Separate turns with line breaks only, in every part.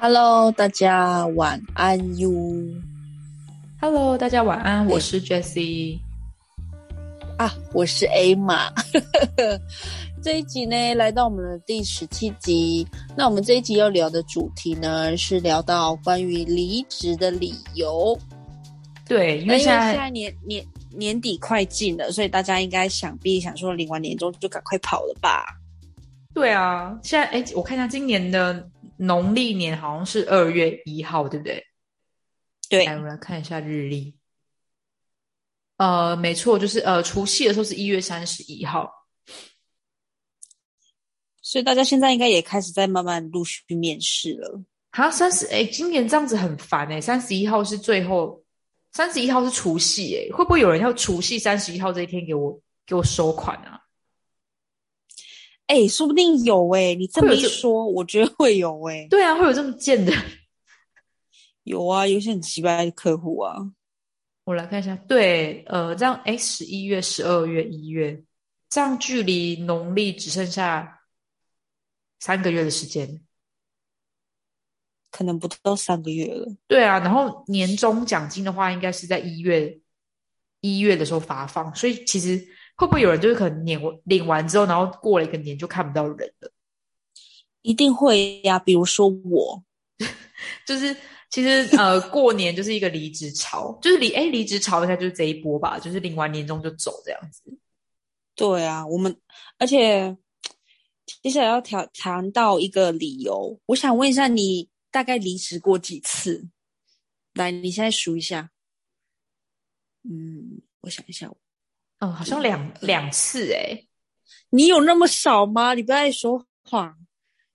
Hello，大家晚安哟。
Hello，大家晚安，我是 Jessie。
啊，我是 A 玛。 这一集呢，来到我们的第十七集。那我们这一集要聊的主题呢，是聊到关于离职的理由。
对，哎因
那因为
为现
现
在
在年年年底快近了，所以大家应该想必想说，领完年终就赶快跑了吧？
对啊，现在哎，我看一下今年的农历年好像是二月一号，对不对？
对
来，我们来看一下日历。呃，没错，就是呃，除夕的时候是一月三十一号。
所以大家现在应该也开始在慢慢陆续面试了。
好，三十哎，今年这样子很烦哎、三十一号是最后，三十一号是除夕哎、会不会有人要除夕三十一号这一天给我给我收款啊？
哎、说不定有哎、你这
会
么
有
一
这
说，我觉得会有哎、
对啊，会有这么贱的。
有啊，有一些很奇怪的客户啊。
我来看一下，对，呃，这样，哎，十一月、十二月、一月，这样距离农历只剩下三个月的时间。
可能不到三个月了。
对啊，然后年终奖金的话，应该是在一月一月的时候发放，所以其实会不会有人就是可能领完领完之后，然后过了一个年就看不到人了？
一定会呀、比如说我，
就是其实呃，过年就是一个离职潮，就是离哎离职潮应该就是这一波吧，就是领完年终就走这样子。
对啊，我们而且接下来要谈谈到一个理由，我想问一下你大概离职过几次？来，你现在数一下。嗯，我想一下，
嗯，好像两两次哎、
你有那么少吗？你不要再说谎。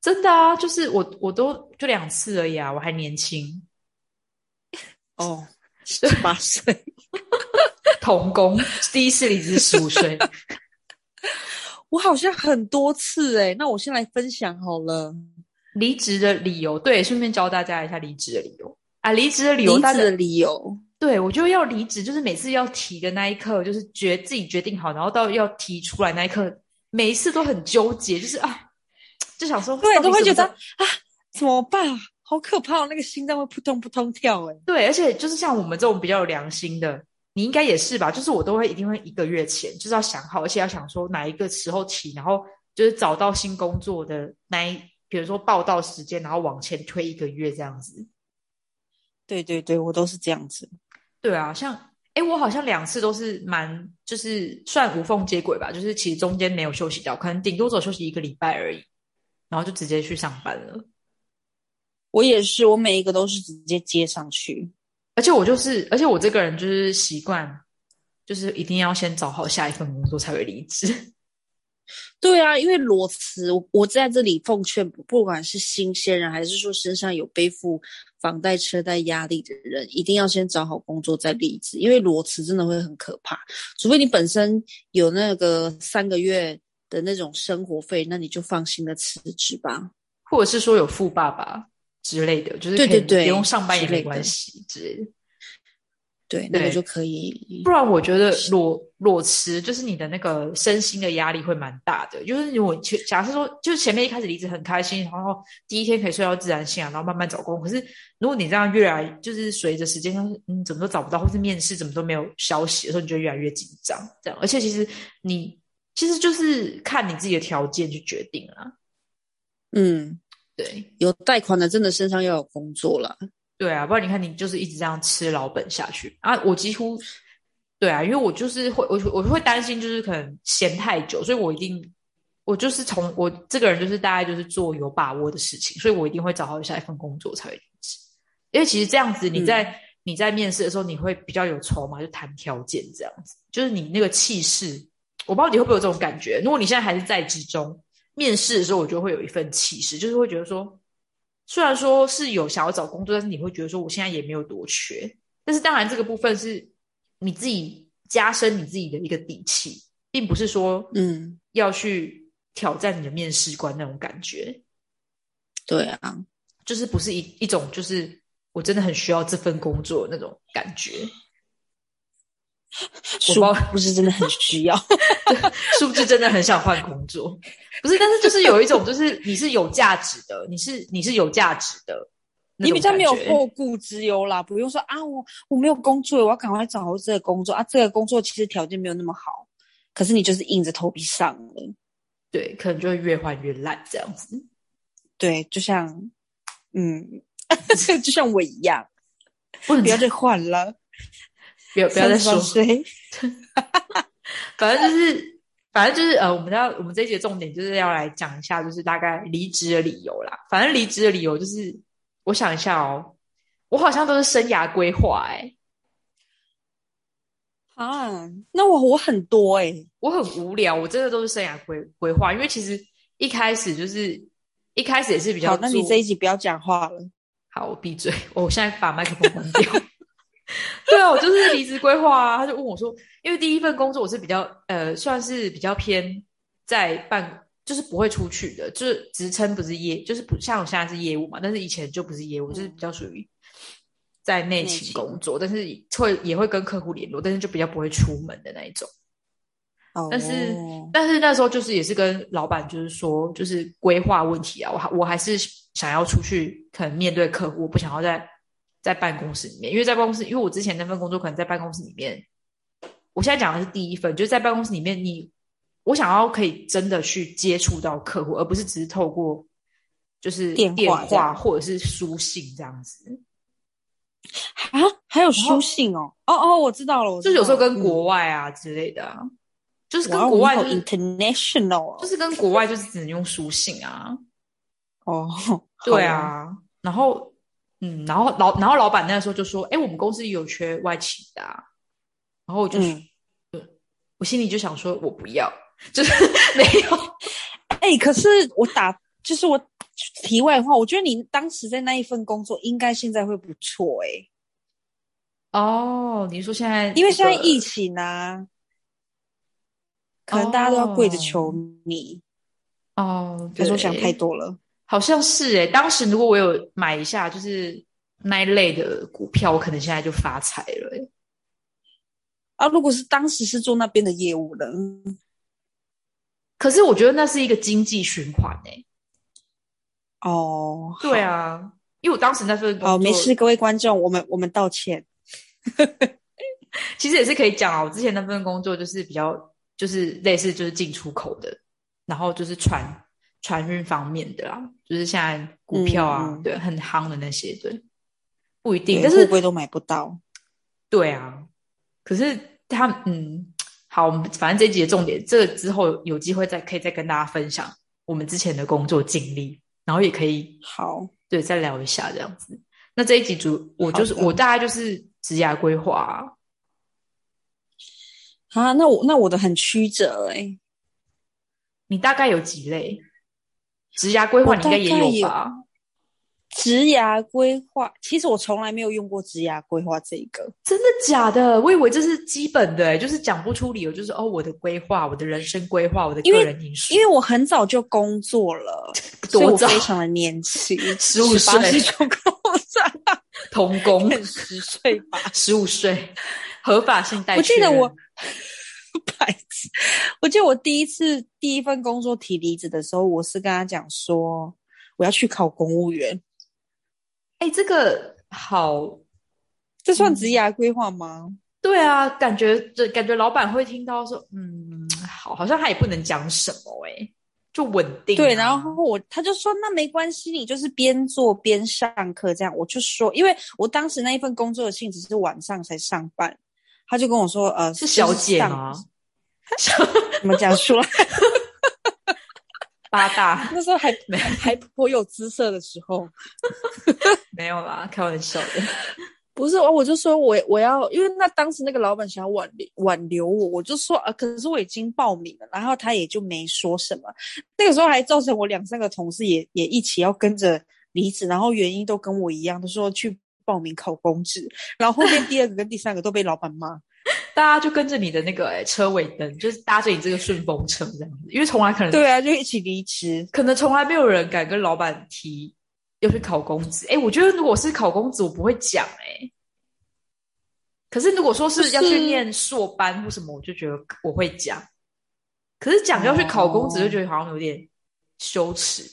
真的啊，就是我我都就两次而已啊，我还年轻，
哦，十八岁，
童工第一次离职十五 岁，
我好像很多次诶、那我先来分享好了。
离职的理由，对，顺便教大家一下离职的理由啊，离职的理
离
由，
职
大家
的理由，
对我就要离职，就是每次要提的那一刻，就是决自己决定好，然后到要提出来那一刻，每一次都很纠结，就是啊，就想说，
对，
到底
都会
什
觉
么时
得
候
啊，怎么办啊？好可怕、哦，那个心脏会扑通扑通跳、欸。哎，
对，而且就是像我们这种比较有良心的，你应该也是吧？就是我都会一定会一个月前就是要想好，而且要想说哪一个时候起，然后就是找到新工作的那一，比如说报道时间，然后往前推一个月这样子。
对对对，我都是这样子。
对啊，像诶，我好像两次都是蛮就是算无缝接轨吧，就是其实中间没有休息到，可能顶多只有休息一个礼拜而已，然后就直接去上班了。
我也是，我每一个都是直接接上去。
而且我就是，而且我这个人就是习惯，就是一定要先找好下一份工作才会离职。
对啊，因为裸辞，我我在这里奉劝，不管是新鲜人，还是说身上有背负房贷、车贷压力的人，一定要先找好工作再离职，因为裸辞真的会很可怕。除非你本身有那个三个月的那种生活费，那你就放心的辞职吧。
或者是说有富爸爸之类的，就是
对
可以
对对
不用上班也
之类
没
的
关系之类的。
对，那个
对
就可以
不。然我觉得裸裸辞就是你的那个身心的压力会蛮大的。就是如果前假设说，就是前面一开始离职很开心，然后第一天可以睡到自然醒啊，然后慢慢找工作。可是如果你这样越来，就是随着时间，像是嗯怎么都找不到，或是面试怎么都没有消息的时候，你就越来越紧张。这样，而且其实你其实就是看你自己的条件去决定啦。
嗯，
对，
有贷款的真的身上要有工作了。
对啊，不然你看你就是一直这样吃老本下去啊！我几乎对啊，因为我就是会我我会担心，就是可能闲太久，所以我一定我就是从我这个人就是大概就是做有把握的事情，所以我一定会找好下一份工作才会离职。因为其实这样子你在、你在面试的时候，你会比较有筹码，就谈条件这样子，就是你那个气势，我不知道你会不会有这种感觉。如果你现在还是在职中，面试的时候，我就会有一份气势，就是会觉得说，虽然说是有想要找工作，但是你会觉得说，我现在也没有多缺。但是当然，这个部分是你自己加深你自己的一个底气，并不是说
嗯，
要去挑战你的面试官那种感觉，
对啊，
就是不是一一种就是我真的很需要这份工作的那种感觉。
殊
包
不是真的很需 要。
是不是真的很想换工作？不是，但是就是有一种，就是你是有价值的，你是你是有价值的那
你
种
比较
感觉，
没有后顾之忧啦，不用说啊，我我没有工作，我要赶快找到这个工作啊，这个工作其实条件没有那么好，可是你就是硬着头皮上了。
对，可能就会越换越烂这样子。
对，就像，嗯， 就像我一样，
不能
不要再换 了，
不要不要再说
33，岁
反正就是反正就是呃，我们要我们这一节重点就是要来讲一下，就是大概离职的理由啦。反正离职的理由就是，我想一下哦，我好像都是生涯规划、欸，
啊，那我我很多哎诶、
我很无聊，我真的都是生涯规规划，因为其实一开始就是一开始也是比较
好，那你
注
这一集不要讲话了。
好，我闭嘴。我现在把麦克风关掉。 对啊，我就是离职规划啊。他就问我说，因为第一份工作我是比较呃，算是比较偏在办，就是不会出去的，就是职称不是业，就是不像我现在是业务嘛，但是以前就不是业务，就是比较属于在内
内
勤
勤
工作，但是会也会跟客户联络，但是就比较不会出门的那一种。但是
哦
但是那时候就是也是跟老板就是说，就是规划问题啊，我还我还是想要出去，可能面对客户，我不想要在在办公室里面，因为在办公室，因为我之前那份工作可能在办公室里面，我现在讲的是第一份，就是在办公室里面你，我想要可以真的去接触到客户，而不是只是透过就是
电话
电
这
话
样
或者是书信这样子。
啊，还有书信哦，哦哦，我知道了，我
就是有时候跟
国
国外啊之类的啊，就是跟
哇哦
国外
你好
就是
international，哦
就是跟国外就是只能用书信啊，
哦，
对，啊，然后嗯，然后老然后老板那时候就说，哎，我们公司有缺外企的、啊，然后我就、
嗯
我心里就想说，我不要，就是没有，
哎、可是我打，就是我题外话，我觉得你当时在那一份工作，应该现在会不错哎、
哦，你说现在
因为现在疫
情
情啊，可能大家都要跪着求你。
哦，
可是我
对
想太多了，
好像是诶、当时如果我有买一下就是那一类的股票，我可能现在就发财了、诶
啊，如果是当时是做那边的业务的，嗯
可是我觉得那是一个经济循环诶、
哦，
对啊，因为我当时那份工作，
好，好，没事，，各位观众，我们我们道歉，
其实也是可以讲啊。我之前那份工作就是比较，就是类似就是进出口的，然后就是船船运方面的啦，就是现在股票啊，
嗯嗯
对，很夯的那些，对，不一定，
对
但
会
是
不会都买不到？
对啊，可是他嗯，好，我们反正这一集的重点，这个之后有机会再可以再跟大家分享我们之前的工作经历，然后也可以
好，
对，再聊一下这样子。那这一集主我就是
好的
我大概就是职涯规划啊、
啊，那我那我的很曲折哎、
你大概有几类？职涯规划
我
你应
大概
该也有
有
吧？
职涯规划，其实我从来没有用过职涯规划这一个。
真的假的？我以为这是基本的、欸，就是讲不出理由，就是哦，我的规划，我的人生规划，我的
因
个
为
人因素
因。为我很早就工作了，所以
多
我
早
非常的年轻，
15岁
18岁就工作了，
童 工
很十岁吧。
十五岁，合法性代
我记
确
得
认
我白痴，我记得我第一次第一份工作提离职的时候，我是跟他讲说我要去考公务员，
哎、这个好，
这算
嗯
职涯规划吗？
对啊，感觉这感觉老板会听到说，嗯，好，好像他也不能讲什么、欸，哎，就稳定、啊
对，然后我他就说那没关系，你就是边做边上课这样。我就说，因为我当时那一份工作的性质是晚上才上班，他就跟我说，呃，
是小姐
就是
吗
上？？怎么讲出来？
八大
那时候还
没
还颇有姿色的时候，
没有啦，开玩笑的。
不是，哦我就说我我要，因为那当时那个老板想要挽留挽留我，我就说啊，可是我已经报名了，然后他也就没说什么。那个时候还造成我两三个同事也也一起要跟着离职，然后原因都跟我一样，都说去报名考公职，然后后面第二个跟第三个都被老板骂。
大家就跟着你的那个、欸、车尾灯，就是搭着你这个顺风车这样子，因为从来可能
对啊，就一起离职。
可能从来没有人敢跟老板提要去考公职。哎、我觉得如果是考公职，我不会讲哎、可是如果说是要
就
去
是
念硕班或什么，我就觉得我会讲。可是讲要去考公职，
哦
就觉得好像有点羞耻，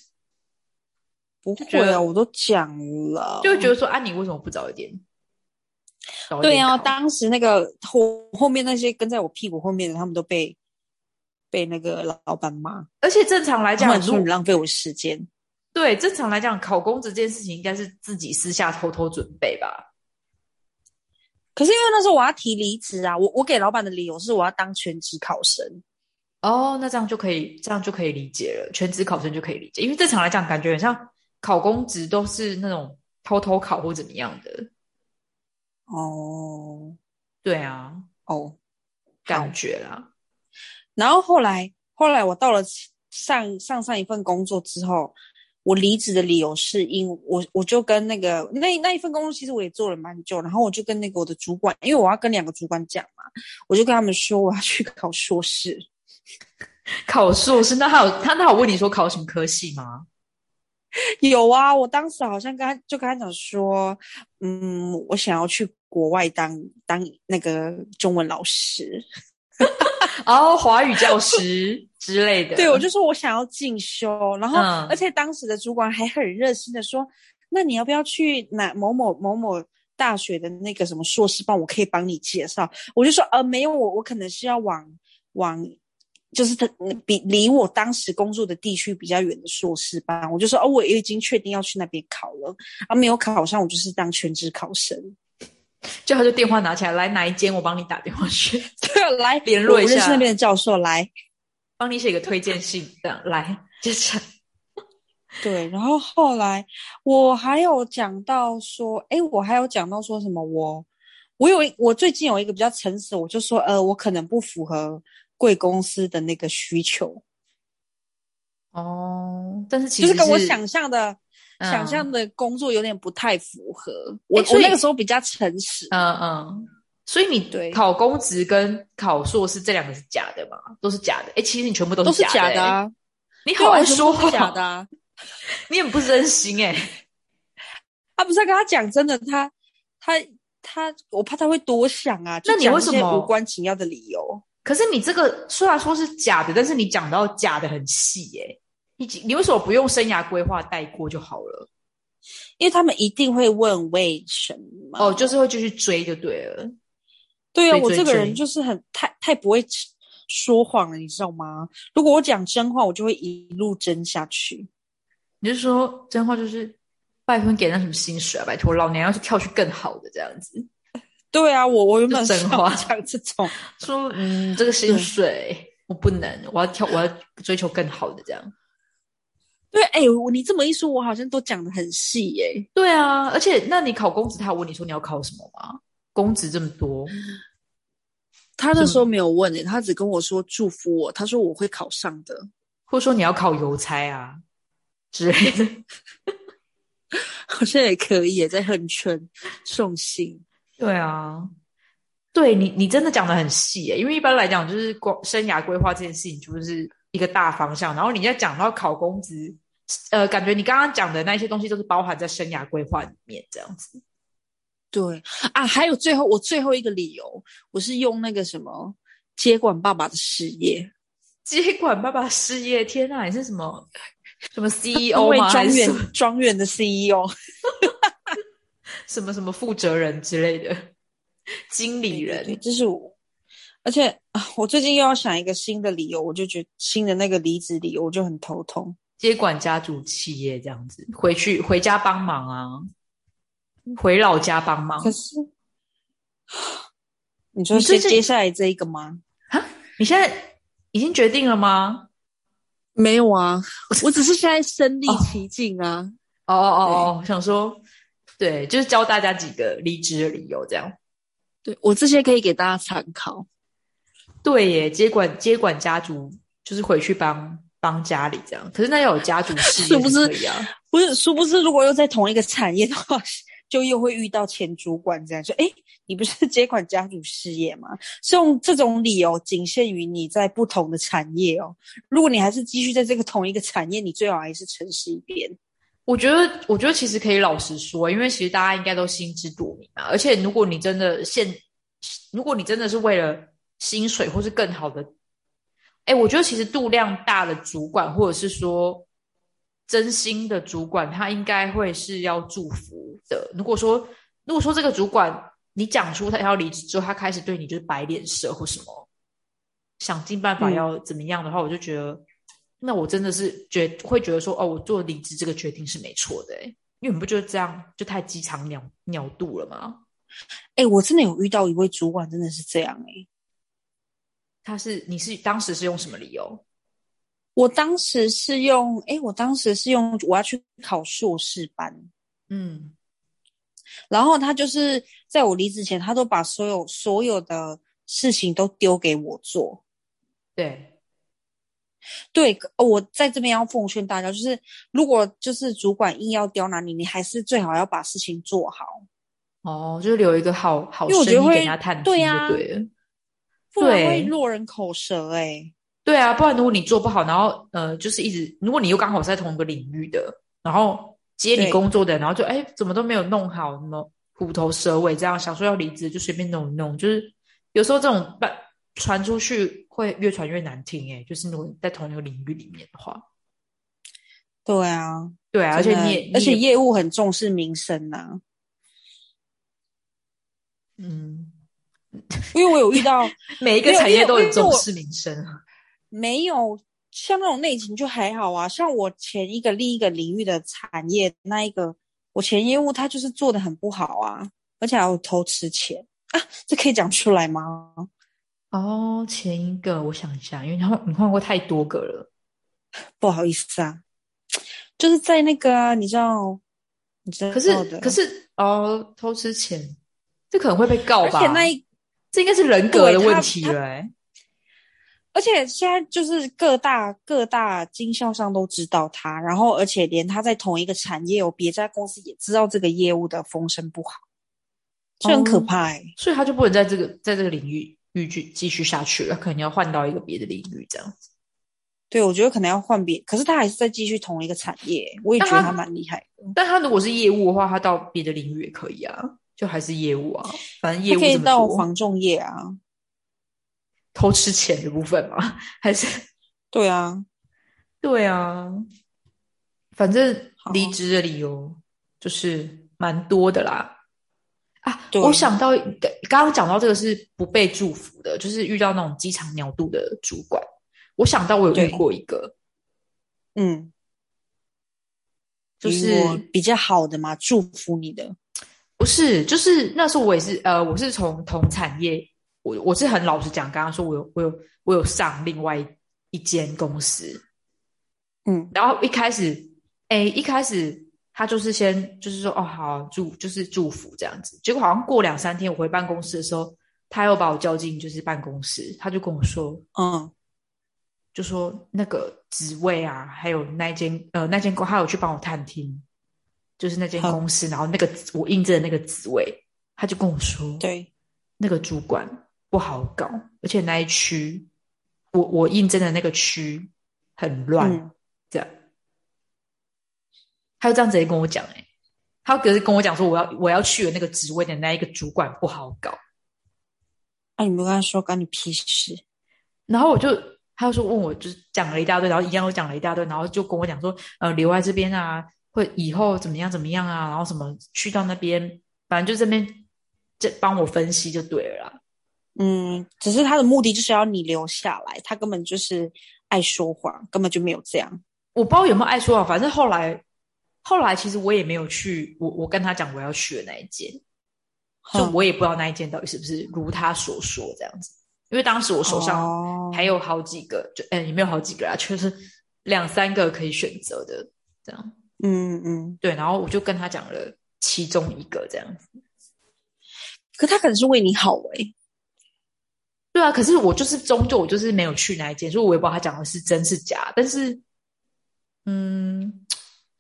不
觉
会
得
啊，我都讲了，
就会觉得说啊，你为什么不早一点？早一
哦对
点
啊，
考
当时那个后后面那些跟在我屁股后面的，他们都被被那个老老板骂，
而且正常来
他
讲
们，说
如
你浪费我时间。
对正常来讲，考公职这件事情应该是自己私下偷偷准备吧？
可是因为那时候我要提离职啊，我我给老板的理由是我要当全职考生，
哦，那这样就可以，这样就可以理解了，全职考生就可以理解，因为正常来讲，感觉很像考公职都是那种偷偷考或怎么样的。
哦
对啊，
哦，
感觉啦。
然后后来，后来我到了上上上一份工作之后，我离职的理由是因我我就跟那个那那一份工作其实我也做了蛮久，然后我就跟那个我的主管，因为我要跟两个主管讲嘛，我就跟他们说我要去考硕士，
考硕士，那他有他那有问你说考什么科系吗？
有啊，我当时好像跟他就跟他讲说，嗯，我想要去国外当当那个中文老师，
哦，华语 教师之类的。
对我就说我想要进修，然后、
嗯
而且当时的主管还很热心的说，那你要不要去哪某某某某大学的那个什么硕士班，我可以帮你介绍。我就说呃没有，我我可能是要往往。就是他比离我当时工作的地区比较远的硕士班，我就说哦，我已经确定要去那边考了，啊，没有考上，我就是当全职考生。
就他就电话拿起来，来哪一间我帮你打电话去，
对，来
联络一
我认
下
识那边的教授来，
帮你写个推荐信，这样来就是
对，然后后来我还有讲到说，诶，我还有讲到说什么我，我有一我最近有一个比较诚实，我就说，呃，我可能不符合贵公司的那个需求，
哦。但是其
就
实
是跟我想象的、
嗯
想象的工作有点不太符合。我
所
我
以
那个时候比较诚实，
嗯嗯，所以你
对
考公职跟考硕士这两个是假的嘛？都是假的。哎，其实你全部都
都是
假
假的
欸
啊，
你
对
好爱
我全部
说
都
话，
是假的啊。
你很不真心哎、
啊，不是跟他讲真的，他他他，我怕他会多想啊。就
那你
讲
为
一
什
些
么
无关紧要的理由？
可是你这个虽然说是假的，但是你讲到假的很细耶、你你为什么不用生涯规划带过就好了？
因为他们一定会问为什么。
哦，就是会继续追就对了。
对啊，
追
我
追
这个
追
人就是很太太不会说谎了，你知道吗？如果我讲真话，我就会一路真下去。
你就说真话，就是拜托你给那什么薪水啊？拜托，老娘要去跳去更好的这样子。
对啊，我我原本
就真
是要
话
讲这种，
说嗯，这个薪水我不能，我要跳，我要追求更好的这样。
对，哎、我你这么一说，我好像都讲的很细耶、
对啊，而且那你考公职，他有问你说你要考什么吗？公职这么多，
他那时候没有问耶、他只跟我说祝福我，他说我会考上的。
或者说你要考邮差啊之类的。
好像也可以耶，在横村送信。
对啊，对你，你真的讲的很细耶，因为一般来讲，就是光生涯规划这件事情，就是一个大方向。然后你在讲到考公职，呃，感觉你刚刚讲的那些东西都是包含在生涯规划里面，这样子。
对啊，还有最后我最后一个理由，我是用那个什么接管爸爸的事业，
接管爸爸事业，天啊，你是什么 什么
因
CEO
为
哦吗？还
庄
是什
园
么
庄园的 E CEO
什么什么负责人之类的经理
对对对
人？
这是我。而且啊，我最近又要想一个新的理由，我就觉得新的那个离职理由我就很头痛。
接管家族企业这样子，回去回家帮忙啊，回老家帮忙
可。是，你说
你最
接
近
接下来这一个吗？
你现在已经决定了吗？
没有啊，我只是现在身历其境啊。
哦哦哦，想说，对，就是教大家几个离职的理由，这样。
对我这些可以给大家参考。
对耶，接管接管家族，就是回去帮帮家里这样。可是那要有家族事 业
是不是
才可以啊？
不是，殊不知如果又在同一个产业的话，就又会遇到前主管这样说：“哎，你不是接管家族事业吗？”是用这种理由仅限于你在不同的产业哦。如果你还是继续在这个同一个产业，你最好还是诚实一点。
我觉得，我觉得其实可以老实说，因为其实大家应该都心知肚明啊。而且，如果你真的现如果你真的是为了薪水或是更好的，哎，我觉得其实度量大的主管，或者是说真心的主管，他应该会是要祝福的。如果说如果说这个主管你讲出他要离职之后，他开始对你就是摆脸色或什么，想尽办法要怎么样的话，我就觉得，那我真的是觉会觉得说，哦，我做离职这个决定是没错的、诶因为你不觉得这样就太鸡肠鸟鸟肚了吗？
哎、我真的有遇到一位主管，真的是这样哎、
他是你是当时是用什么理由？
我当时是用，哎、我当时是用我要去考硕士班，
嗯，
然后他就是在我离职前，他都把所有所有的事情都丢给我做。
对，
对，可我在这边要奉劝大家，就是如果就是主管硬要刁难你，你还是最好要把事情做好，
哦，就是留一个好好
因为我
声
觉得
音
会
给人家探听
对
就
啊
对了。
不然
对
会落人口舌、哎，
对啊，不然如果你做不好，然后呃，就是一直，如果你又刚好是在同一个领域的，然后接你
对
工作的，然后就哎怎么都没有弄好，什么虎头蛇尾这样，想说要离职就随便弄一弄，就是有时候这种办传出去会越传越难听哎、就是如果你在同一个领域里面的话，
对啊，
对啊，而且
真的
你也
而且
你也
业务很重视民生呐、
嗯，
因为我有遇 到
每一个
没有
产
因
业
为因
都很
为
重
我
视民生啊，
没有像那种内勤就还好啊，像我前一个另一个领域的产业那一个，我前业务他就是做的很不好啊，而且还有偷吃钱啊，这可以讲出来吗？
哦，前一个我想一下，因为你换你换过太多个了。
不好意思啊，就是在那个啊，你知道，你知道
可是
的，
可是哦，偷吃钱，这可能会被告
而
吧？
且那一，
这应该是人格的
对他
问题了、欸。
而且现在就是各大各大经销商都知道他，然后而且连他在同一个产业有别家公司也知道这个业务的风声不好，这很可
哦
怕、欸。
所以他就不能在这个在这个领域域去继续下去了，他可能要换到一个别的领域这样子。
对，我觉得可能要换别，可是他还是在继续同一个产业，我也
那
觉得
他
他蛮厉害的。
但他如果是业务的话，他到别的领域也可以啊，就还是业务啊，反正业
他
务
可以
这么
到
多。
房仲业啊，
偷吃钱的部分嘛， 还是
对啊，
对啊，反正
好
离职的理由就是蛮多的啦。啊，
对
我想到刚刚刚讲到这个是不被祝福的，就是遇到那种鸡肠鸟肚的主管。我想到我有遇
对
过一个，
嗯，
就
比
是
我比较好的嘛，祝福你的。
不是，就是那时候我也是，呃，我是从同产业，我我是很老实讲，刚刚说我有我有我有上另外一一间公司，
嗯，
然后一开始，哎，一开始他就是先就是说，哦，好祝就是祝福这样子。结果好像过两三天，我回办公室的时候，他又把我叫进就是办公室，他就跟我说，
嗯，
就说那个职位啊，还有那间呃那间公，他有去帮我探听，就是那间
好
公司，然后那个职我应征的那个职位，他就跟我说，
对，
那个主管不好搞，而且那一区，我我应征的那个区很乱，
嗯
这样，他就这样直接跟我讲、欸，他可是跟我讲说，我要我要去的那个职位的那一个主管不好搞，
那、哎你没跟他说干你屁事？
然后我就，他就说问我，就是讲了一大堆，然后一样又讲了一大堆，然后就跟我讲说，呃，留在这边啊，会以后怎么样怎么样啊，然后什么去到那边，反正就这边这帮我分析就对了啦。
嗯，只是他的目的就是要你留下来，他根本就是爱说谎，根本就没有这样。
我不知道有没有爱说谎，反正后来后来其实我也没有去，我我跟他讲我要去的那一间，所以
哼
我也不知道那一间到底是不是如他所说这样子，因为当时我手上
哦
还有好几个，就嗯、也没有好几个啊，就是两三个可以选择的这样。
嗯嗯，
对，然后我就跟他讲了其中一个这样子。
可他可能是为你好哎、
对啊，可是我就是终究我就是没有去那一间，所以我也不知道他讲的是真是假，但是嗯。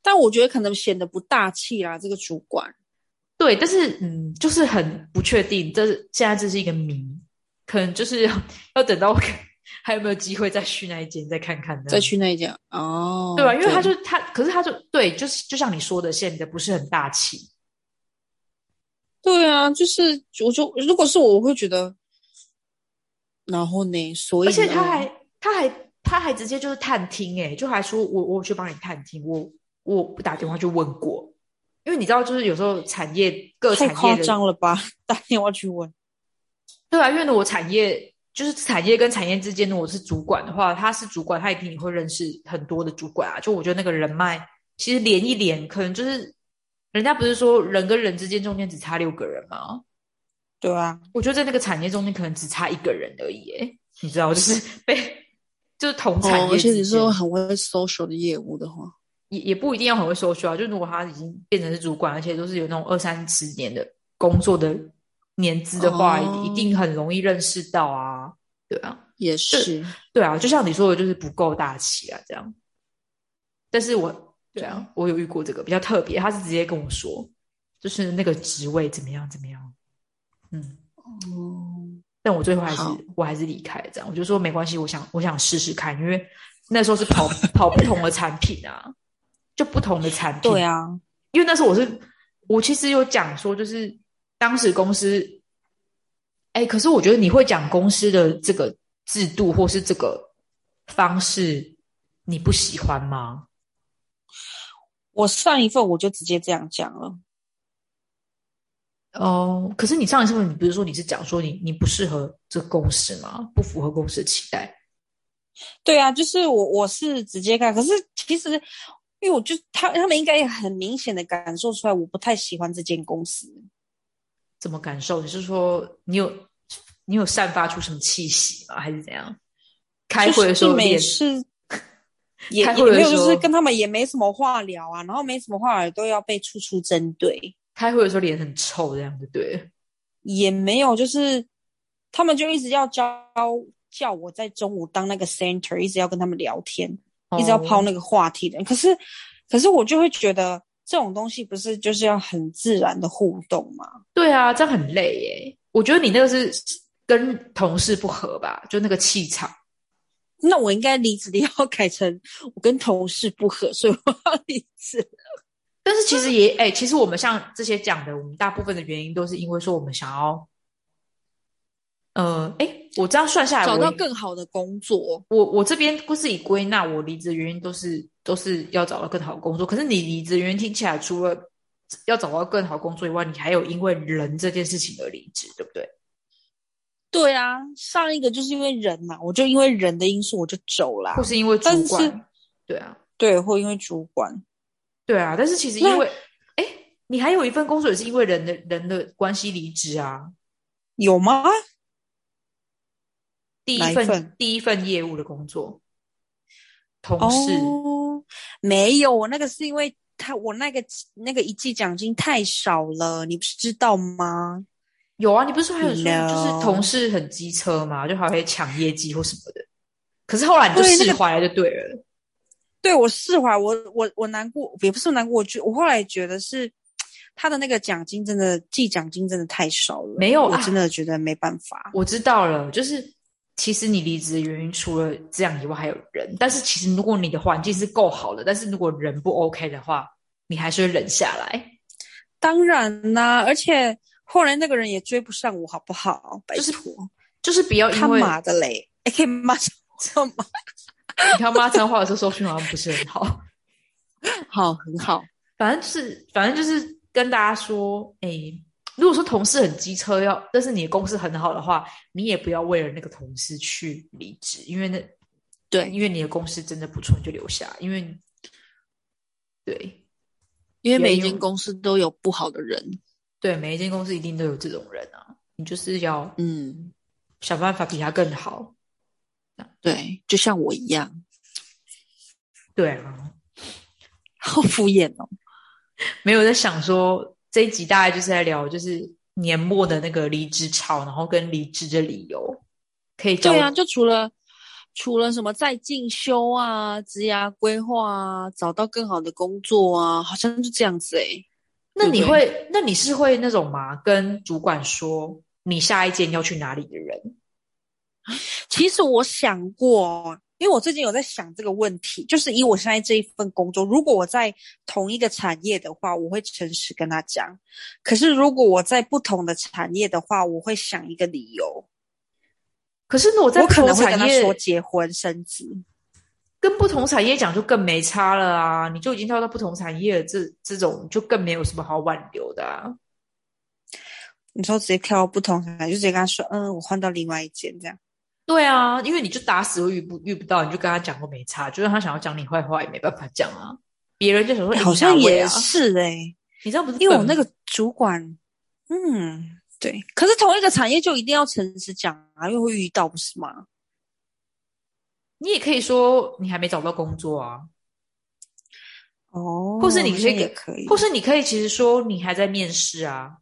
但我觉得可能显得不大气啦，这个主管。
对，但是嗯，就是很不确定，这是现在这是一个谜，可能就是 要等到还有没有机会再去那一间再看看呢？
再去那一家哦，
嗯对吧？啊因为他就他，可是他就对，就是就像你说的，显得不是很大气。
对啊，就是我就如果是我，我会觉得，然后呢？所以
而且
呢
他还他还他还直接就是探听、欸，就还说我我去帮你探听，我我打电话去问过，因为你知道，就是有时候产业各产
太
业
夸
的
张了吧？ 打电话去问，
对啊，因为呢，我产业就是产业跟产业之间呢，我是主管的话，他是主管，他一定也会认识很多的主管啊。就我觉得那个人脉，其实连一连，可能就是人家不是说人跟人之间中间只差六个人吗？
对啊，
我觉得在那个产业中间可能只差一个人而已、诶你知道，就是 被就是同产
哦，
业
而
之
且
间、
你是很会 social 的业务的话，
也也不一定要很会 social 啊。就如果他已经变成是主管，而且都是有那种二三十年的工作的年资的话，
哦
一定很容易认识到啊。对啊。
也是，
对啊，就像你说的，就是不够大气啊，这样。但是我对啊，我有遇过这个比较特别，他是直接跟我说，就是那个职位怎么样怎么样，嗯。
嗯，
但我最后还是
好
我还是离开了，这样我就说没关系，我想我想试试看，因为那时候是跑跑不同的产品啊，就不同的产品，
对啊，
因为那时候我是，我其实有讲说，就是当时公司，哎、可是我觉得你会讲公司的这个制度或是这个方式，你不喜欢吗？
我上一份我就直接这样讲了，
哦，可是你上一次你不是说你是讲说你你不适合这个公司吗？不符合公司的期待。
对啊，就是我我是直接看，可是其实。因为我就他他们应该也很明显的感受出来，我不太喜欢这间公司。
怎么感受？你是说你有你有散发出什么气息吗？还是怎样？开会的时候
就是每
脸
次也
开
也
会的
没有，
时
就是
候
跟他们也没什么话聊啊，然后没什么话聊都要被处处针对，
开会的时候脸很臭，这样就对了。
也没有就是他们就一直要教叫我在中午当那个 center，一直要跟他们聊天，一
哦
直要抛那个话题的。可是可是我就会觉得这种东西不是就是要很自然的互动嘛？
对啊，这样很累耶。我觉得你那个是跟同事不合吧，就那个气场。
那我应该离职的要 改成我跟同事不合，所以我要离职。
但是其实也，哎、其实我们像这些讲的，我们大部分的原因都是因为说我们想要，呃，哎、我这样算下来，
找
我
到
也
更好的工作，
我我这边自己归纳，我离职的原因都是都是要找到更好的工作。可是你离职的原因听起来，除了要找到更好的工作以外，你还有因为人这件事情而离职，对不对？
对啊，上一个就是因为人嘛，我就因为人的因素我就走啦
或，是因为主
但是
管？对啊，
对，或因为主管，
对啊。但是其实因为，哎、你还有一份工作也是因为人的人的关系离职啊。
有吗？
第
哪
一
一
份
份
第一份业务的工作，同事、
哦，没有，我那个是因为他我那个那个一季奖金太少了，你不是知道吗？
有啊，你不是说还有说
No
就是同事很机车嘛，就还会抢业绩或什么的。可是后来你就
对那
释
个
怀了，就对了。
对我释怀，我我我难过，也不是难过，我觉我后来觉得是他的那个奖金真的季奖金真的太少了，
没有
我
啊
真的觉得没办法。
我知道了，就是其实你离职的原因除了这样以外，还有人。但是其实如果你的环境是够好的，但是如果人不 OK 的话，你还是会忍下来。
当然啦，而且后来那个人也追不上我，好不好？拜
就是
托。
就是不要
他
因为
妈的嘞！哎，可以骂脏话吗？
你看妈脏话的时候收讯好像不是很好，
好，很好。
反正就是反正就是跟大家说，哎、如果说同事很机车要，但是你的公司很好的话，你也不要为了那个同事去离职，因为那
对，
因为你的公司真的不错，你就留下，因为对。
因为每一
也有
间公司都有不好的人，
对，每一间公司一定都有这种人啊，你就是要
嗯，
想办法比他更好。
对，就像我一样，
对啊，
好敷衍哦。
没有在想说这一集大概就是在聊，就是年末的那个离职潮，然后跟离职的理由，可以叫
对啊，就除了除了什么再进修啊、职涯规划啊、找到更好的工作啊，好像就这样子欸诶、
那你
对不
会，那你是会那种吗？跟主管说你下一间要去哪里的人？
其实我想过，因为我最近有在想这个问题，就是以我现在这一份工作，如果我在同一个产业的话，我会诚实跟他讲；可是如果我在不同的产业的话，我会想一个理由。
可是我在
我
不
可
同
能会跟
产
他
业
说结婚生子，
跟不同产业讲就更没差了啊！你就已经跳到不同产业了，这这种就更没有什么好挽留的啊！
你说直接跳到不同产业，就直接跟他说，嗯，我换到另外一间这样。
对啊，因为你就打死都遇不遇不到，你就跟他讲过没差，就算他想要讲你坏话也没办法讲啊。别人就想说、
欸
欸
好
你哪
像
位
也
啊，
是欸诶、
你知道不是
因为我
本
那个主管，嗯，对。可是同一个产业就一定要诚实讲啊，因为会遇到不是吗？
你也可以说你还没找到工作啊，
哦，
或是你
好
可以
像
给
也可以，
或是你可以其实说你还在面试啊。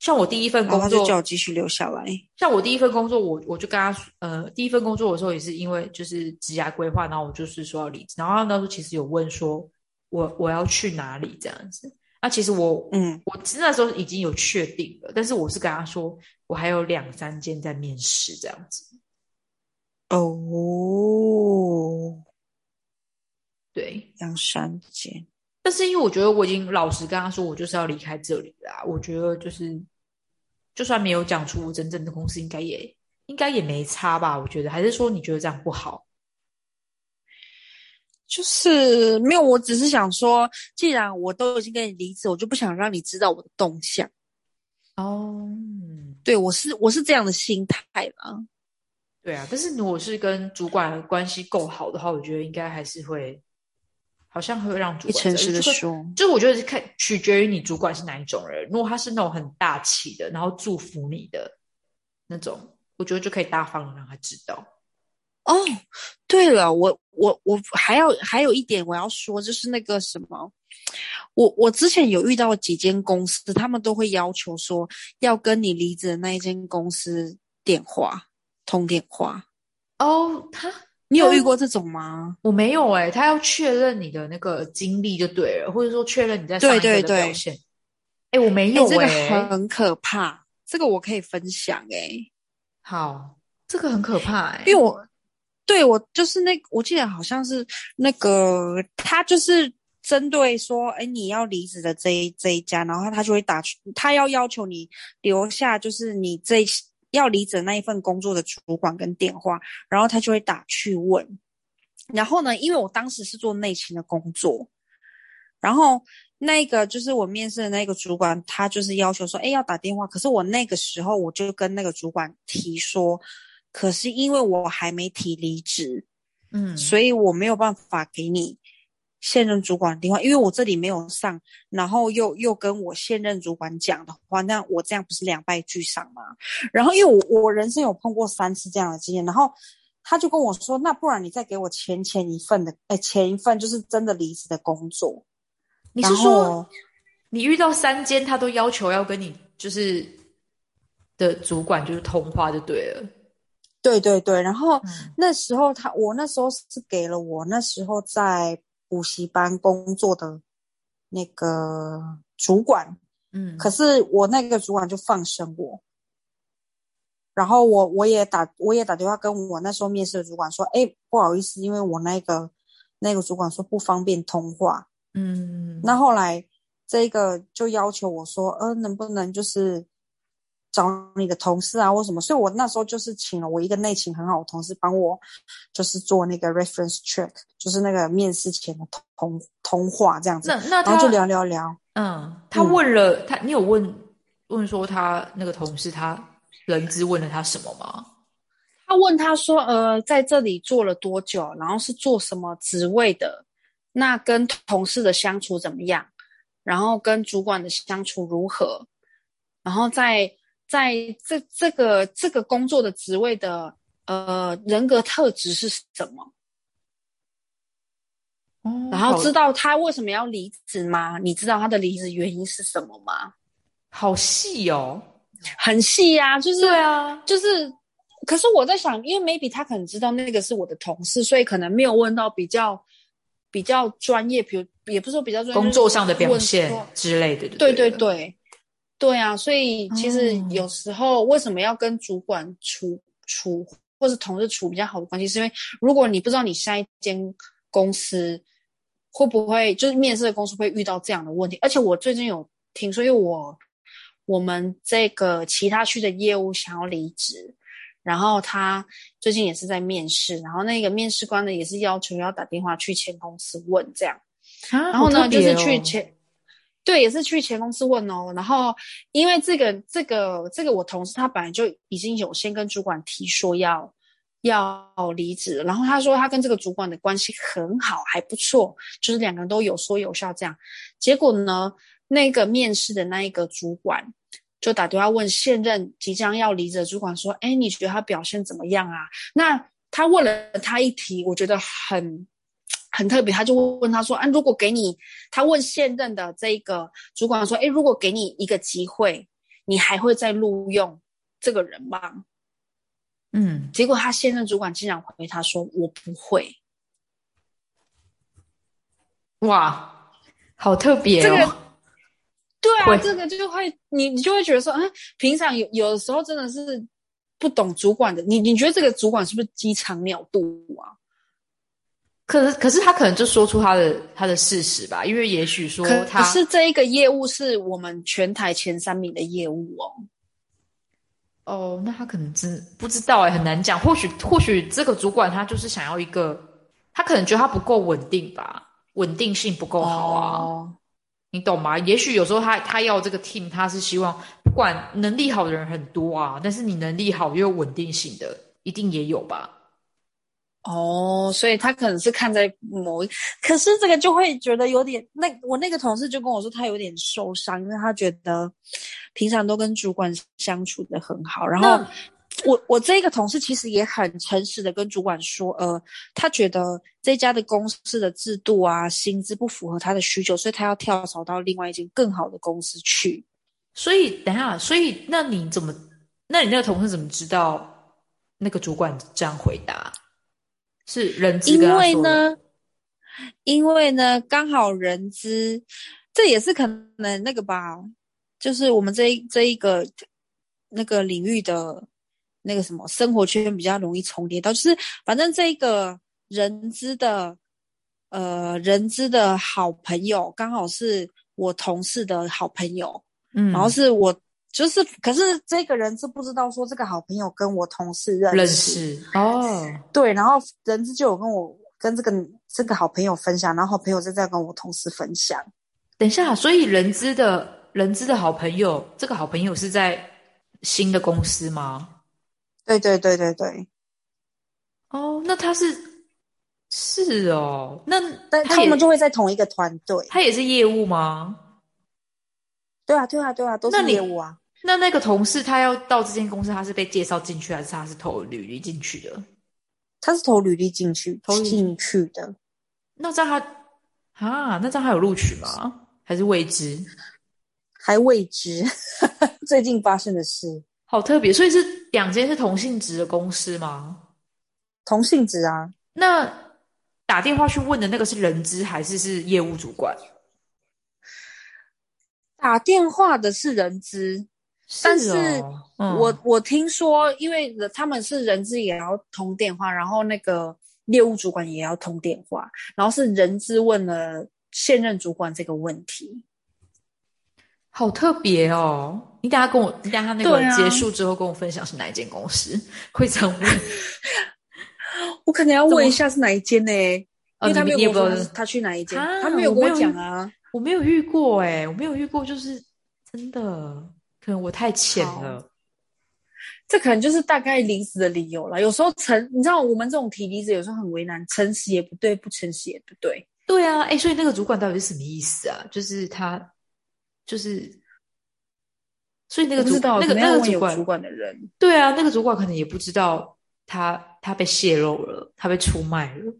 像我第一份
然后
工
他
作
就，叫我继续留下来。
像我第一份工作，我我就跟他说，呃，第一份工作的时候也是因为就是职涯规划，然后我就是说要离职，然后他那时候其实有问说我我要去哪里这样子，那其实我
嗯，
我那时候已经有确定了，但是我是跟他说我还有两三间在面试这样子，
哦，
对，
梁山姐，
但是因为我觉得我已经老实跟他说我就是要离开这里啦，我觉得就是就算没有讲出我真正的公司，应该也应该也没差吧，我觉得还是说你觉得这样不好。
就是没有，我只是想说，既然我都已经跟你离职，我就不想让你知道我的动向。
哦、嗯
对我是我是这样的心态啦。
对啊，但是如果是跟主管关系够好的话，我觉得应该还是会，好像会让主
会
管
诚实的
这个
说，
就我觉得是看取决于你主管是哪一种人。如果他是那种很大气的，然后祝福你的那种，我觉得就可以大方的让他知道。
哦，对了，我我我还要还有一点我要说，就是那个什么，我我之前有遇到几间公司，他们都会要求说要跟你离职的那一间公司电话通电话，
哦，他
你有
嗯
遇过这种吗？
我没有哎、他要确认你的那个经历就对了，或者说确认你在上一
对
个
对
的
对
表现。哎、我没
哎、
有
这
哎、
个很可怕，这个我可以分享哎、
好，这个很可怕哎、
因为我对我就是那我记得好像是那个他就是针对说，哎，你要离职的这一这一家，然后他就会打去，他要要求你留下，就是你这要离职的那一份工作的主管跟电话，然后他就会打去问。然后呢，因为我当时是做内勤的工作，然后那个就是我面试的那个主管，他就是要求说，哎，要打电话。可是我那个时候我就跟那个主管提说，可是因为我还没提离职，
嗯，
所以我没有办法给你现任主管的电话，因为我这里没有上，然后又又跟我现任主管讲的话，那我这样不是两败俱伤吗？然后因为我我人生有碰过三次这样的经验，然后他就跟我说，那不然你再给我前前一份的，哎，前一份就是真的离职的工作，
你是
然
说
后
你遇到三间，他都要求要跟你就是的主管就是通话就对了。
对对对，然后
嗯
那时候他，我那时候是给了我那时候在补习班工作的那个主管，
嗯，
可是我那个主管就放生我，然后我我也打我也打电话跟我那时候面试的主管说，哎，不好意思，因为我那个那个主管说不方便通话，
嗯，
那后来这个就要求我说，呃，能不能就是找你的同事啊，或什么？所以我那时候就是请了我一个内勤很好的同事帮我，就是做那个 reference check，就是那个面试前的通通话这样子
那，那
然
他
后就聊聊聊。
嗯，他
嗯
问了他，你有问问说他那个同事他人资问了他什么吗？
他问他说，呃，在这里做了多久，然后是做什么职位的，那跟同事的相处怎么样，然后跟主管的相处如何，然后在在这这个这个工作的职位的呃人格特质是什么，
哦，
然后知
道
道他为什么要离职吗？你知道他的离职原因是什么吗？
好细哦。
很细呀、就是
对啊，
就是，可是我在想，因为 maybe 他可能知道那个是我的同事，所以可能没有问到比较比较专业，比如也不是说比较专业，
工作上的
就
表
是
现
问说
之类的就
对
对
对
了，
对，对啊，所以其实
哦
有时候为什么要跟主管处处或是同事处比较好的关系，是因为如果你不知道你下一间公司会不会就是面试的公司会遇到这样的问题，而且我最近有听说，因为我我们这个其他区的业务想要离职，然后他最近也是在面试，然后那个面试官呢也是要求要打电话去前公司问这样，
啊
然后呢、
好特
就是
别哦
去前。对，也是去前公司问哦。然后，因为这个、这个、这个，我同事他本来就已经有先跟主管提说要要离职了，然后他说他跟这个主管的关系很好，还不错，就是两个人都有说有笑这样。结果呢，那个面试的那一个主管就打电话问现任即将要离职的主管说：“哎，你觉得他表现怎么样啊？”那他问了他一题，我觉得很很特别，他就问他说：“啊，如果给你，他问现任的这一个主管说：‘哎，如果给你一个机会，你还会再录用这个人吗？’”
嗯，
结果他现任主管竟然回他说：“我不会。
哇，好特别
这
哦
个。”对啊，
会
这个就会你你就会觉得说，嗯，平常有有的时候真的是不懂主管的，你你觉得这个主管是不是鸡肠鸟肚啊？
可是，可是他可能就说出他的他的事实吧，因为也许说
可
他
可是这一个业务是我们全台前三名的业务哦。
哦，那他可能真不知道哎、很难讲。或许或许这个主管他就是想要一个，他可能觉得他不够稳定吧，稳定性不够好啊，
哦，
你懂吗？也许有时候他他要这个 team，他是希望不管能力好的人很多啊，但是你能力好又有稳定性的，一定也有吧。
哦，所以他可能是看在某一，可是这个就会觉得有点，那我那个同事就跟我说，他有点受伤，因为他觉得平常都跟主管相处的很好，然后
那
我我这个同事其实也很诚实的跟主管说，呃，他觉得这家的公司的制度啊，薪资不符合他的需求，所以他要跳槽到另外一间更好的公司去。
所以等一下，所以那你怎么？那你那个同事怎么知道那个主管这样回答？是人资
因
跟他
为
说的
呢，因为呢，刚好人资，这也是可能那个吧，就是我们这一这一个那个领域的那个什么生活圈比较容易重叠到，就是反正这一个人资的呃人资的好朋友，刚好是我同事的好朋友，
嗯，
然后是我。就是，可是这个人是不知道说这个好朋友跟我同事认识，
认识哦，
对，然后人资就有跟我跟这个这个好朋友分享，然后好朋友再再跟我同事分享。
等一下，所以人资的人资的好朋友，这个好朋友是在新的公司吗？
对对对对对，
哦，那他是是哦，那
但
他
他
也
们就会在同一个团队。
他也是业务吗？
对啊对啊对啊，都
那
是
你
业务啊。
那那个同事他要到这间公司，他是被介绍进去，还是他是投履历进去的？
他是投履历进去
投履历
进去的，
那这样他啊，那这样他有录取吗？还是未知？
还未知 最近发生的事，
好特别，所以是两间是同性质的公司吗？
同性质啊。
那打电话去问的那个是人资还是是业务主管？
打电话的是人资，但是
哦嗯
我我听说，因为他们是人资也要通电话，然后那个业务主管也要通电话，然后是人资问了现任主管这个问题。
好特别哦。你等下跟我，你等下那个
对啊
结束之后跟我分享是哪一间公司会这样问？
我可能要问一下是哪一间呢、
哦
因为他没
你
有
们
跟我
你也
说他
不知道
是他去哪一间，
啊
他没有跟讲啊。
我没有遇过哎、我没有遇过，就是真的，可能我太浅了。
这可能就是大概离职的理由了。有时候诚，你知道我们这种提离职有时候很为难，诚实也不对，不诚实也不对。
对啊，哎、所以那个主管到底是什么意思啊？就是他，就是，所以那
那
个
不
主
知道
那
可
个
能
那
要
个
问
主
有
管
主管的人。
对啊，那个主管可能也不知道他他被泄露了，他被出卖了。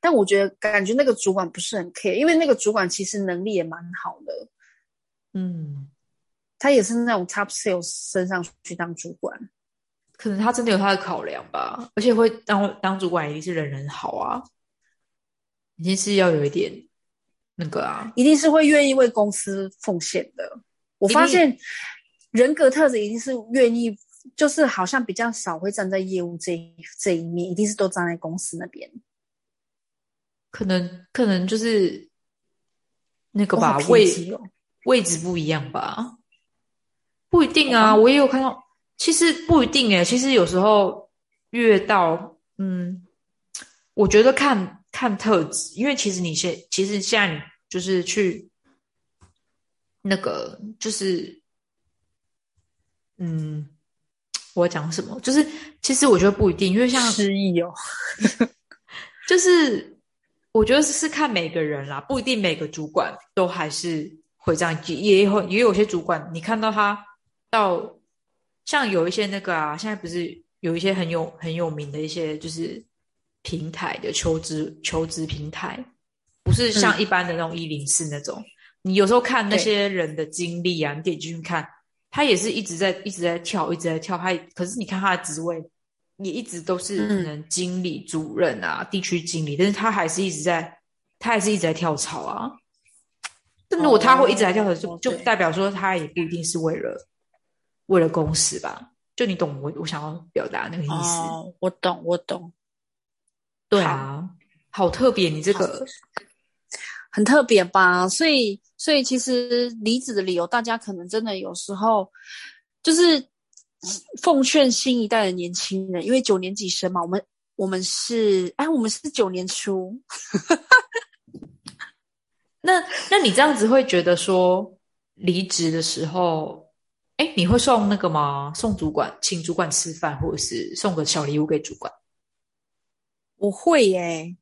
但我觉得感觉那个主管不是很 care，因为那个主管其实能力也蛮好的，
嗯，
他也是那种 top sales 升上去当主管。
可能他真的有他的考量吧，而且会当当主管一定是人人好啊，一定是要有一点那个啊，
一定是会愿意为公司奉献的。我发现人格特质一定是愿意就是好像比较少会站在业务这一这一面，一定是都站在公司那边。
可能可能就是那个吧
我，好
位
偏激哦
位置不一样吧，不一定啊。我也有看到，其实不一定诶、其实有时候越到嗯，我觉得看看特质，因为其实你现其实现在你就是去那个就是嗯，我要讲什么？就是其实我觉得不一定，因为像
失忆哦，
就是我觉得是是看每个人啦，不一定每个主管都还是会这样，也也有也有些主管，你看到他到像有一些那个啊，现在不是有一些很有很有名的一些就是平台的求职求职平台，不是像一般的那种一零四那种，你有时候看那些人的经历啊，你点进去看，他也是一直在一直在跳，一直在跳。他也可是你看他的职位，也一直都是
嗯
可能经理、主任啊、地区经理，但是他还是一直在，他还是一直在跳槽啊。但如果他会一直在跳槽，就
哦
就
对
代表说他也不一定是为了为了公司吧？就你懂我我想要表达那个意思？
哦，我懂，我懂，
对啊，好特别，你这个
很特别吧？所以，所以其实离职的理由，大家可能真的有时候就是奉劝新一代的年轻人，因为九年级生嘛，我们我们是哎，我们是九年初，
那那你这样子会觉得说离职的时候，哎，你会送那个吗？送主管，请主管吃饭，或者是送个小礼物给主管，
我会耶、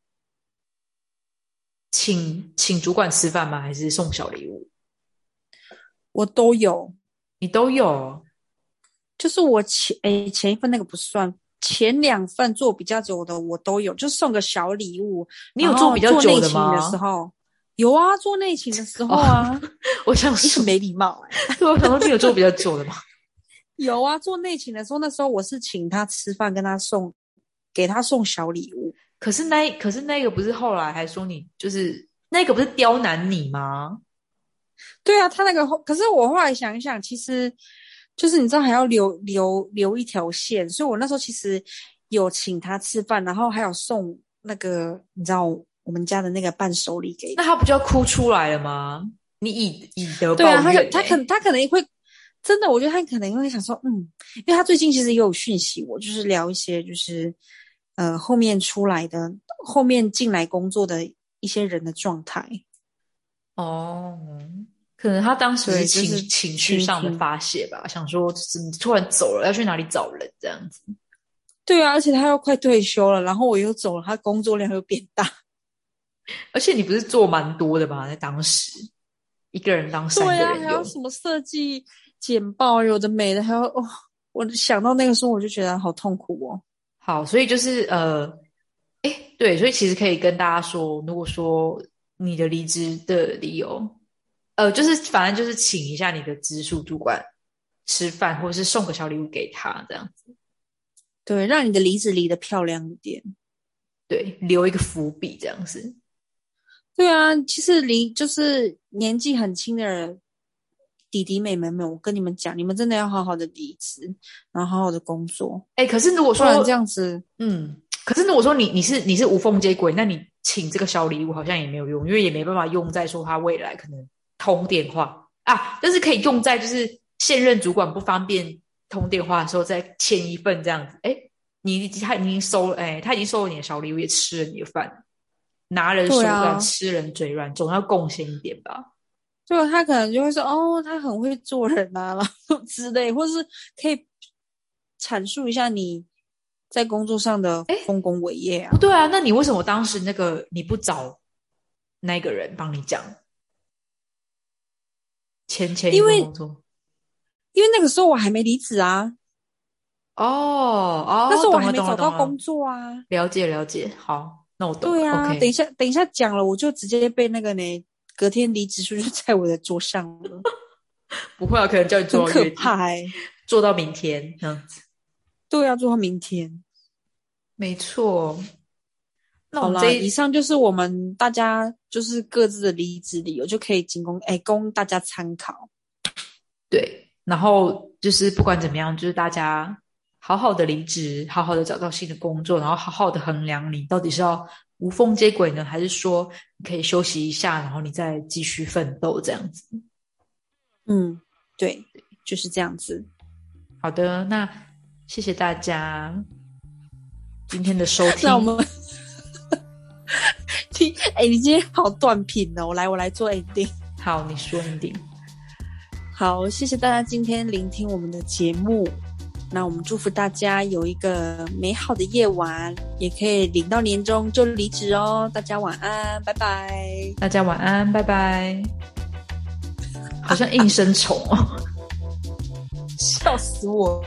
请请主管吃饭吗？还是送小礼物？
我都有。
你都有，
就是我前诶前一份那个不算，前两份做比较久的我都有，就送个小礼物。
你有
然
做
后
比较久
哦内
的
勤
吗？
的时候有啊，做内勤的时候啊，
我 想
你
说
很，没礼貌哎、
对， 我想说你有做比较久的吗？
有啊，做内勤的时候，那时候我是请他吃饭，跟他送，给他送小礼物。
可是那可是那个不是后来还说你就是那个不是刁难你吗？
对啊，他那个后，可是我后来想一想，其实就是你知道还要留留留一条线，所以我那时候其实有请他吃饭，然后还有送那个你知道我们家的那个伴手礼给他
那他不就要哭出来了吗？你以以德报
对啊，他可
怨、
他
欸
可他可能会真的，我觉得他可能会想说，嗯，因为他最近其实也有讯息我，就是聊一些就是呃后面出来的后面进来工作的一些人的状态。
哦，可能他当时
对
是情、
就是
情绪上的发泄吧，想说就是你突然走了，要去哪里找人这样子。
对啊，而且他要快退休了，然后我又走了，他工作量又变大。
而且你不是做蛮多的吧？在当时一个人当三个
对啊，
人
还
用，
有什么设计简报，有的没的，还有哦，我想到那个时候我就觉得好痛苦哦。
好，所以就是呃，哎，对，所以其实可以跟大家说，如果说你的离职的理由，呃，就是反正就是请一下你的直属主管吃饭，或者是送个小礼物给他，这样子，
对，让你的离职离得漂亮一点。
对，留一个伏笔这样子。
对啊，其实离就是年纪很轻的弟弟妹妹们，我跟你们讲，你们真的要好好的离职，然后好好的工作，
哎，可是如果
不
说
然这样子，
嗯，可是呢，我说你你是你是无缝接轨，那你请这个小礼物好像也没有用，因为也没办法用在说他未来可能通电话啊，但是可以用在就是现任主管不方便通电话的时候再签一份这样子。哎，你他已经收了，哎，他已经收了你的小礼物，也吃了你的饭，拿人手
对啊
软，吃人嘴软，总要贡献一点吧。
对啊他可能就会说，哦，他很会做人啊， 然后之类，或是可以阐述一下你在工作上的
哎
丰功伟业啊
不。对啊，那你为什么当时那个你不找那个人帮你讲？前前一
因
份
为
工作
因为那个时候我还没离职啊，
哦哦，
那时候我
懂
还
了
没
懂
找
了
到
懂了
工作啊。
了解了解，好，那我懂了。
对啊
OK
等一下，等一下讲了，我就直接被那个呢，隔天离职书就在我的桌上了，
不会啊，可能叫你
很
做到
可
月底，
怕哎、
做到明天这样子。
都要做到明天。
没错，那我
好
们
啦，
这
以
一
上就是我们大家就是各自的离职理由，就可以仅供哎供大家参考。
对，然后就是不管怎么样，就是大家好好的离职，好好的找到新的工作，然后好好的衡量你到底是要无缝接轨呢，还是说你可以休息一下，然后你再继续奋斗这样子。
嗯，对，就是这样子。
好的，那谢谢大家今天的收听。
那我们 听，哎、你今天好断品哦！我来，我来做 ending。
好，你说一定。
好，谢谢大家今天聆听我们的节目。那我们祝福大家有一个美好的夜晚，也可以领到年终就离职哦。大家晚安，拜拜。
大家晚安，拜拜。好像应声虫哦。
笑死我！